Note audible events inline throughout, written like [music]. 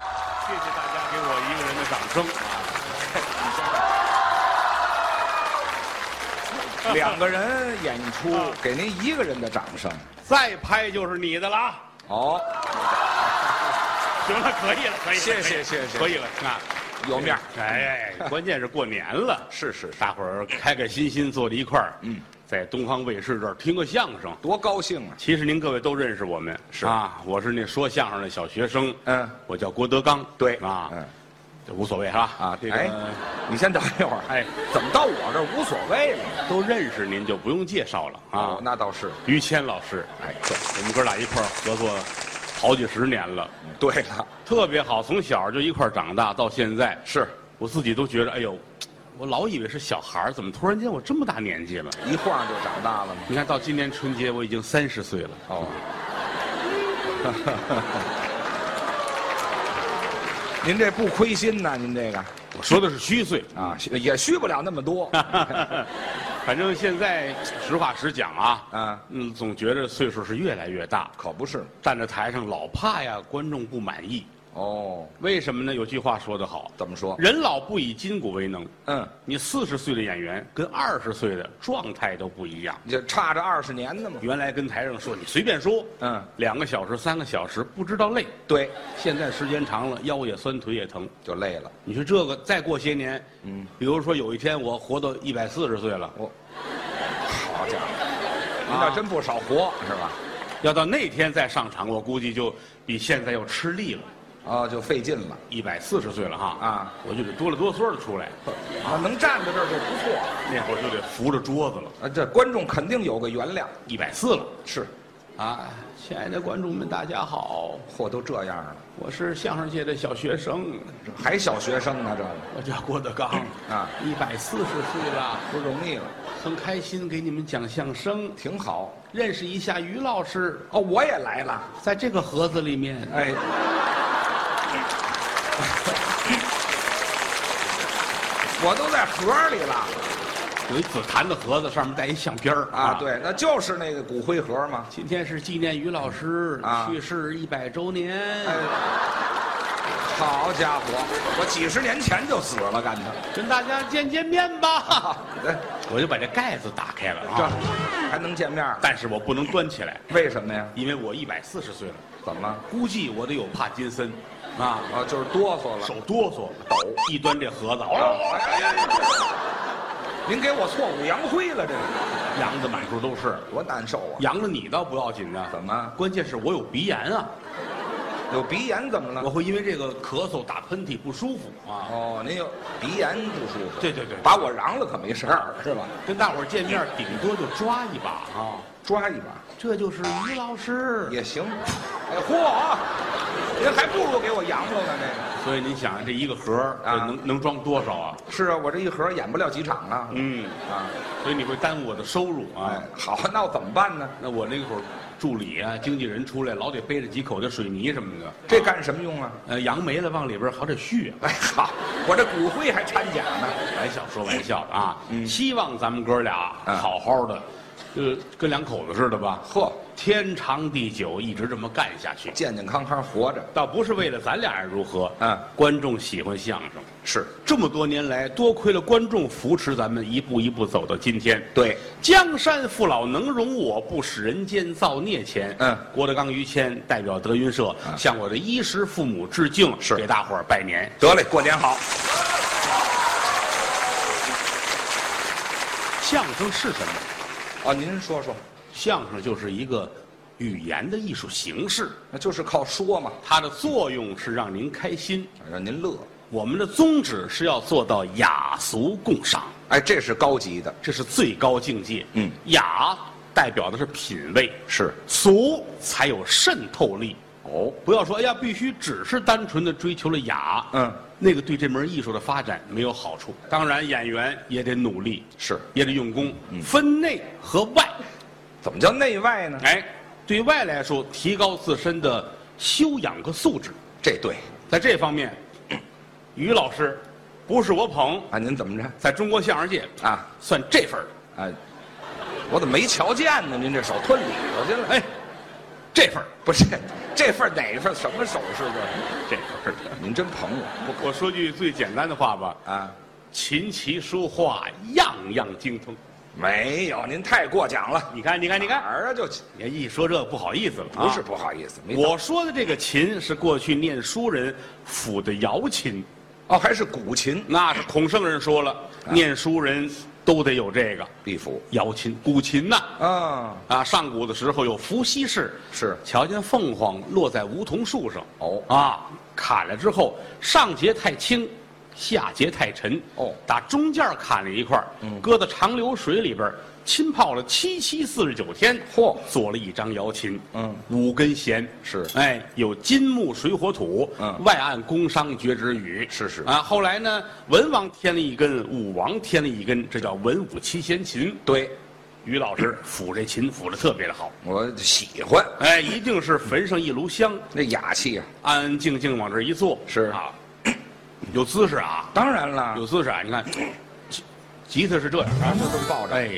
谢谢大家给我一个人的掌声啊！ [laughs] 两个人演出，给您一个人的掌声。再拍就是你的了啊！好，行了，可以了，可以了，谢可谢以了谢谢可以了啊！有面儿。哎，关键是过年了，是是是，大伙儿开开心心坐在一块儿，嗯，在东方卫视这儿听个相声。多高兴啊！其实您各位都认识我们，是啊，我是那说相声的小学生，嗯，我叫郭德纲，对啊，嗯，这无所谓哈啊，这哎个，你先等一会儿。哎，怎么到我这儿无所谓了？都认识您就不用介绍了啊哦。那倒是。于谦老师，哎，对我们哥俩一块儿合作好几十年了，对了，特别好，从小就一块儿长大到现在，是我自己都觉得，哎呦，我老以为是小孩儿，怎么突然间我这么大年纪了？一晃就长大了嘛。你看到今年春节我已经三十岁了，哦。 [laughs] 您这不亏心呐，您这个我说的是虚岁。 [laughs] 啊，也虚不了那么多。反正现在，实话实讲啊，嗯嗯，总觉着岁数是越来越大，可不是。站在台上老怕呀观众不满意。哦，为什么呢？有句话说得好，怎么说？人老不以筋骨为能。嗯，你四十岁的演员跟二十岁的状态都不一样。你这差着二十年呢嘛。原来跟台上说你随便说，嗯，两个小时、三个小时不知道累，对，现在时间长了腰也酸、腿也疼。就累了。你说这个再过些年，嗯，比如说有一天我活到一百四十岁了，我，好家伙，您倒真不少活是吧？要到那天再上场，我估计就比现在要吃力了。哦，就费劲了一百四十岁了哈，啊，我就得哆里哆嗦的出来，啊，能站在这儿就不错了。那会儿就得扶着桌子了。啊，这观众肯定有个原谅。一百四了，是，啊，亲爱的观众们，大家好，货都这样了，我是相声界的小学生，这还小学生呢，这个我叫郭德纲，啊， [laughs] 一百四十岁了，不容易了，很开心给你们讲相声，挺好。认识一下于老师，哦，我也来了，在这个盒子里面，哎。 [laughs] 我都在盒里了有一紫檀的盒子，上面带一相片儿啊！，对，那就是那个骨灰盒嘛。今天是纪念于老师啊去世一百周年，哎，好家伙，我几十年前就死了，干他！跟大家见见面吧。啊，哎 [laughs] 我就把这盖子打开了这啊，还能见面儿？但是我不能端起来，为什么呀？因为我一百四十岁了，怎么？估计我得有帕金森，啊，啊，就是哆嗦了。手哆嗦，一端这盒子，哦哎哎哎您给我挫骨扬灰了，这个扬的啊满处都是。多难受啊！扬了你倒不要紧呢，怎么关键是我有鼻炎啊，有鼻炎怎么我了？会因为这个咳嗽、打喷嚏不舒服啊。哦，您有鼻炎不舒服。对对对把我嚷了可没事儿，是吧？跟大伙儿见面，顶多就抓一把啊。抓一把这就是于老师，也行。哎嚯，您还不如给我扬了呢，这所以您想这一个盒儿啊这能能装多少啊？个。是啊，我这一盒演不了几场啊。嗯，啊，所以你会耽误我的收入啊哎。，好，那我怎么办呢？那我那会儿助理啊、经纪人出来，老得背着几口的水泥什么的。这干什么用啊？呃，杨梅了往里边儿好得续啊。哎，好，我这骨灰还掺假呢。 [laughs] 玩笑说玩笑的啊，希望咱们哥俩嗯好好的，呃，跟两口子似的吧，嚯，天长地久，一直这么干下去。健健康康活着倒不是为了咱俩人如何，嗯观众喜欢相声，是啊这么多年来，多亏了观众扶持，咱们一步一步走到今天。对，江山父老能容我，不使人间造孽钱。嗯郭德纲、于谦代表德云社向我的衣食父母致敬，是给大伙儿拜年。得嘞，过年好。相声是什么？啊，您说说，相声就是一个语言的艺术形式，那就是靠说嘛，它的作用是让您开心。让您乐。我们的宗旨是要做到雅俗共赏，哎，这是高级的，这是最高境界。嗯，雅代表的是品味，是俗才有渗透力。哦，不要说哎呀，必须只是单纯的追求了雅，嗯，那个对这门艺术的发展没有好处。当然，演员也得努力，是嗯也得用功，分内和外。怎么叫内外呢？哎，对外来说，提高自身的修养和素质，这对在这方面，于老师不是我捧，啊，您怎么着在中国相声界啊？算这份儿。哎，我怎么没瞧见呢？您这手吞里头去了？哎，哎，这份儿，不是，这份儿哪份儿什么手势这是？这份儿，您真捧我我我说句最简单的话吧，啊？琴棋书画样样精通。没有，您太过奖了。你看，你看，你哪看，儿啊就你看一说这不好意思了、啊。不是不好意思，没到我说的这个琴是过去念书人抚的瑶琴，哦，还是古琴那是孔圣人说了，啊念书人都得有这个地府瑶琴、古琴呐、啊。啊，上古的时候有伏羲氏，是瞧见凤凰落在梧桐树上，哦啊，砍了之后上节太轻，下节太沉，哦嗯打中间砍了一块儿，搁到长流水里边儿浸泡了七七四十九天，嚯做了一张瑶琴，嗯，五根弦是哎，有金木水火土，嗯外按工商角徵羽，是是啊，后来呢，文王添了一根，武王添了一根，这叫文武七弦琴。对，于老师抚这琴抚的特别的好，我喜欢哎，一定是焚上一炉香，那雅气啊。安安静静往这儿一坐，是啊，有姿势啊，当然了，有姿势啊！你看，吉吉他是这样啊，就这么抱着哎，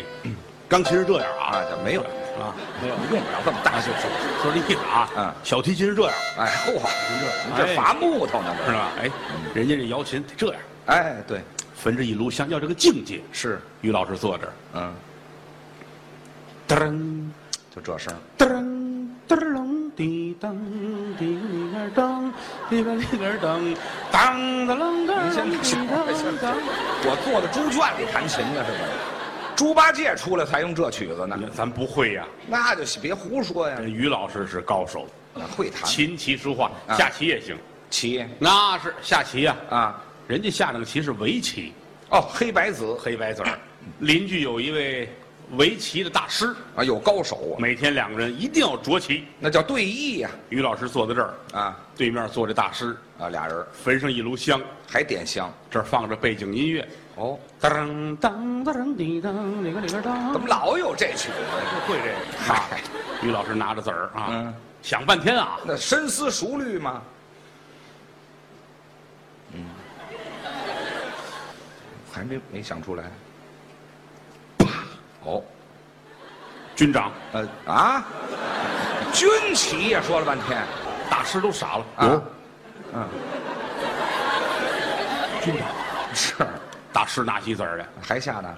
钢琴是这样啊啊，就没有了，啊，没有，用不了这么大劲儿。说这意思啊，嗯小提琴是这样，啊哎，嚯，您这您这哎伐木头呢？是吧？哎，嗯人家这瑶琴得这样，这哎，对，焚着一炉香，要这个境界。是，于老师坐这儿，嗯，噔就这声儿。噔噔楞滴噔滴里边噔里边里边噔当当啷您当先滴等会儿先噔当。等会儿我坐在猪圈里弹琴呢，是吧？猪八戒出来才用这曲子呢，咱不会呀、那就别胡说呀人，于老师是高手，会弹琴棋书画，啊下棋也行。棋那是下棋呀、啊，人家下那个棋是围棋，哦，黑白子黑白子儿。邻居有一位围棋的大师，啊，有高手啊，每天两个人一定要着棋。那叫对弈呀，于老师坐在这儿，啊对面坐着大师，啊，俩人焚上一炉香，还点香这儿放着背景音乐，哦，噔噔噔滴噔，里个里个噔，怎么老有这曲子？哎会这个？ [laughs] 啊嗨，于老师拿着子儿啊，嗯想半天啊，那深思熟虑嘛，嗯，还没没想出来，啪，哦。军长、呃啊，军旗呀，说了半天大师都傻了，啊，有军长，是大师拿起子儿来，啊还下呢。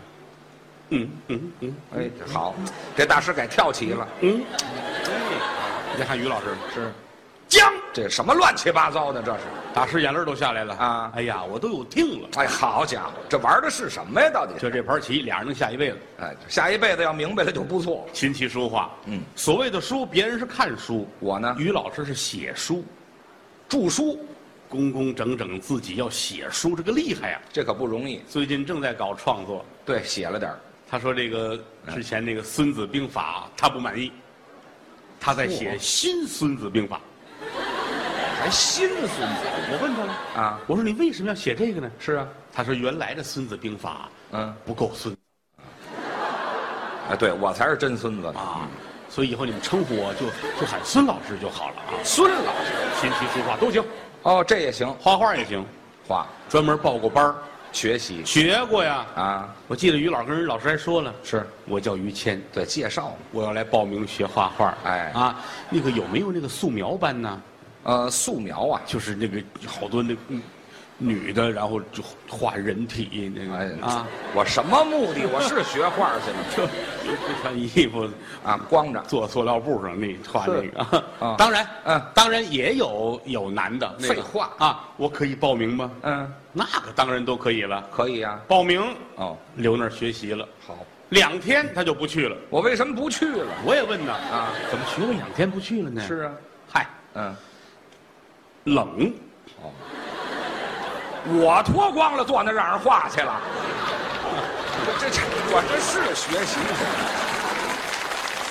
嗯嗯嗯哎，好，这大师改跳棋了，嗯，哎，你再看于老师，是将，这什么乱七八糟的这是？大师眼泪都下来了啊哎呀，我都有定了，哎，好家伙，这玩的是什么呀？到底？就这盘棋，俩人能下一辈子。哎，下一辈子要明白了就不错。琴棋书画，嗯啊所谓的书，别人是看书，我呢于老师是写书，著书工工整整自己要写书，这个厉害呀、这可不容易，最近正在搞创作，对，写了点儿他说这个嗯之前那个《孙子兵法》他不满意，他在写嚯新《孙子兵法》。还新孙子我问他了啊我说你为什么要写这个呢？是啊，他说原来的《孙子兵法》嗯，不够孙子哎，对我才是真孙子呢。啊，所以以后你们称呼我就就喊孙老师就好了啊。孙老师，琴棋书画都行，哦，这也行，画画也行，画专门报过班儿学习学过呀。啊，我记得于老跟人老师还说了，是我叫于谦，对介绍嘛。我要来报名学画画。哎啊，那个有没有那个素描班呢？呃，素描啊，就是那个好多那嗯女的，然后就画人体那哎个啊，，我什么目的？我是学画去了 [laughs] 就不穿衣服啊，光着坐塑料布上那画那个是啊当然，嗯当然也有有男的。那个废话啊，我可以报名吗？嗯，那个当然都可以了，可以呀、报名哦，留那儿学习了，好，两天他就不去了。我为什么不去了？我也问呢，啊，怎么学了两天不去了呢？是啊，嗨，嗯，冷，哦，我脱光了坐那让人画去了。我 [laughs] 这这我这是学习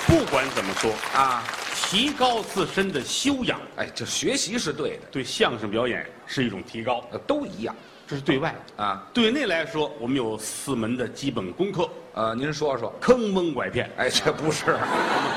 去不管怎么说，啊！提高自身的修养，哎，这学习是对的，对相声表演是一种提高，呃都一样这是对外。啊。对内来说，我们有四门的基本功课：呃，您说说，坑蒙拐骗、哎，这不是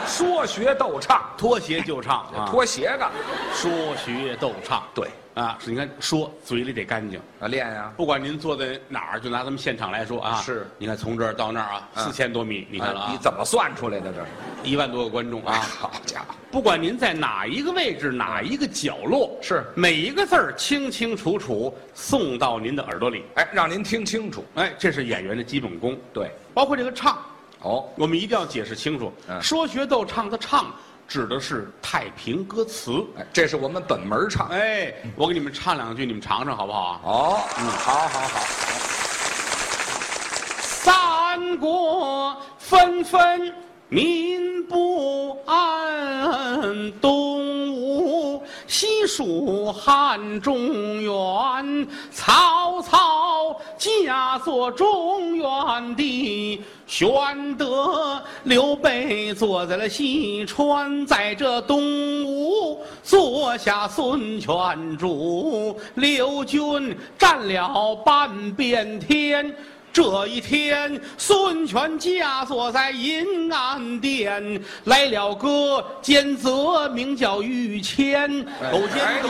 说学逗唱， [laughs] 脱鞋就唱、啊、脱鞋干嘛？说学逗唱。对，啊，是你看说嘴里得干净，啊，练呀、不管您坐在哪儿，就拿咱们现场来说啊，是你看从这儿到那儿啊，嗯四千多米，你你看了你啊，怎么算出来的这是？一万多个观众 [laughs] 啊，啊，好家伙，不管您在哪一个位置，哪一个角落，是每一个字儿清清楚楚送到您的耳朵里。哎，让您听清楚。哎，这是演员的基本功，对，包括这个唱，哦，我们一定要解释清楚。嗯说学逗唱的唱指的是太平歌词。哎，这是我们本门唱。哎，我给你们唱两句，你们尝尝好不好啊？哦，嗯，好好好，三国纷纷民不安，东吴西蜀汉中原，曹操假作中原帝，玄德刘备坐在了西川，在这东吴坐下孙权主，刘军占了半边天。这一天，孙权驾坐在银安殿，来了个奸贼，名叫于谦。哎狗奸贼，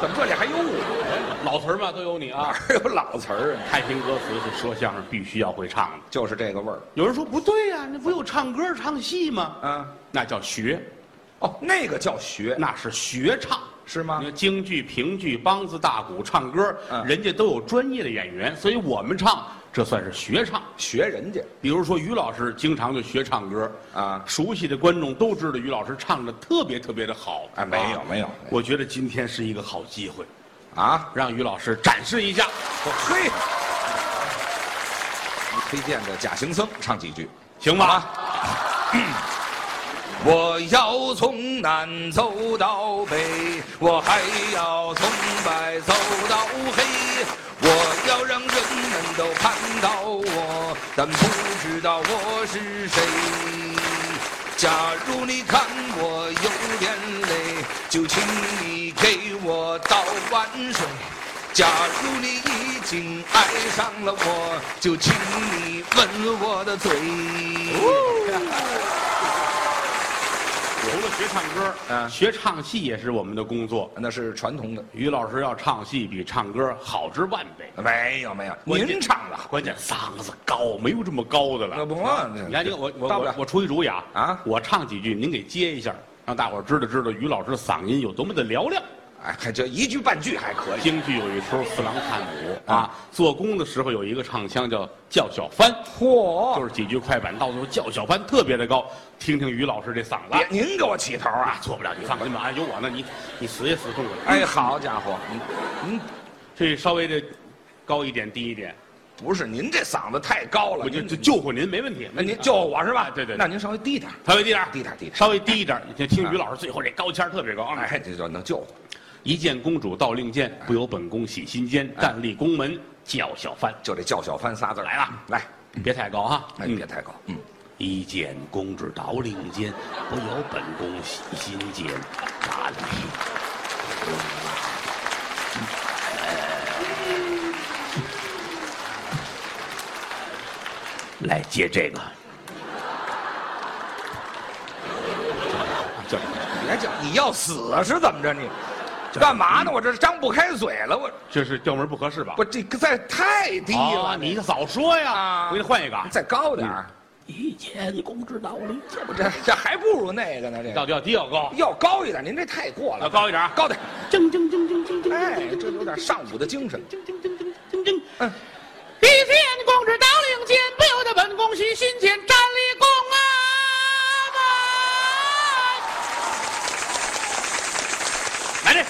怎么这里还有我？ [laughs] 哎老词儿嘛都有你哪啊。儿有老词儿啊？太平歌词是说相声必须要会唱的。就是这个味儿。有人说不对啊呀、那不有唱歌唱戏吗？啊，那叫学，哦，那个叫学那是学唱。是吗你？看京剧、评剧、梆子、大鼓、唱歌，嗯人家都有专业的演员，所以我们唱这算是学唱。学人家比如说于老师经常就学唱歌，啊？熟悉的观众都知道于老师唱的特别特别的好。哎，没有啊没有我觉得今天是一个好机会，啊！让于老师展示一下。我嘿，你推荐的假行僧唱几句，行吧？我要从南走到北，我还要从白走到黑。我要让人们都看到我，但不知道我是谁。假如你看我有点累，就请你给我倒碗水。假如你已经爱上了我，就请你吻我的嘴。除了学唱歌，嗯学唱戏也是我们的工作。那是传统的。于老师要唱戏比唱歌好之万倍。没有没有，关键您唱的好，关键嗓子高，没有这么高的了。不，你看，你我我到不我了我出一主意啊啊我唱几句，您给接一下，让大伙儿知道知道于老师的嗓音有多么的嘹亮。哎，还就一句半句还可以。京剧有一出四郎探母啊啊，做工的时候有一个唱腔叫叫小番，就嚯，是几句快板，到最后叫小番特别的高。听听于老师这嗓别子，您给我起头啊，啊！错不了，你放心吧，啊，有我呢，你你死也死不了。哎，好家伙，您您这稍微的高一点，低一点，不是您这嗓子太高了，我就您哎就救活您没问题。嗯那您救我是吧？啊对对对那您稍微低点儿，稍微低点儿，低点儿低点儿啊稍微低一点儿。你听于老师最后这高腔儿特别高，哎，哎，这就能救活。一见公主到令箭，不由本宫喜心间，哎站立宫门叫小番。就这叫小番仨字儿来了，来，别太高啊！哎，嗯别太高，嗯，一见公主到令间，不由本宫喜心间。站立，来接这个，这别叫，你要死啊是怎么着你？干嘛嗯呢？我这张不开嘴了，我这是调门不合适吧？我这个再太低啊了，你早说呀！啊我给你换一个啊。再高点儿，一见公主到令箭，我这这还不如那个呢，这个到底要低要高？要高一点，您这太过了，要高一点啊高点，铮铮铮铮铮铮哎，这有点上午的精神。铮铮铮铮铮铮。嗯，一天公主到领间，不由得本宫喜心间，站立宫啊来这，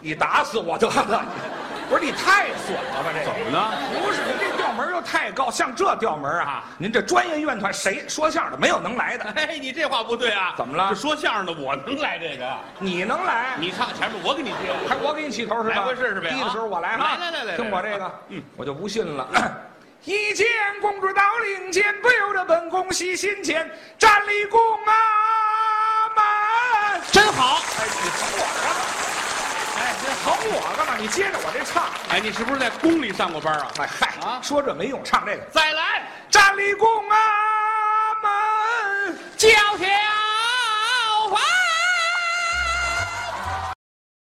你打死我得了！不是你太损了吧？这怎个么了？不是您这调门又太高，像这调门啊，您这专业院团谁说相声的没有能来的？哎，你这话不对啊！怎么了这说相声的我能来这个？你能来？你唱前面，我给你接。还我给你起头是吧？来回试试呗啊低的时候我来哈。来来来来听我这来个，嗯，我就不信了。一见公主到领间，不由得本宫喜心间，站立宫啊门。真好。哎，你捧我干嘛？哎，你捧我干嘛？你接着我这唱。哎，你是不是在宫里上过班啊？哎嗨，啊说这没用，唱这个。再来，站立公啊门，叫天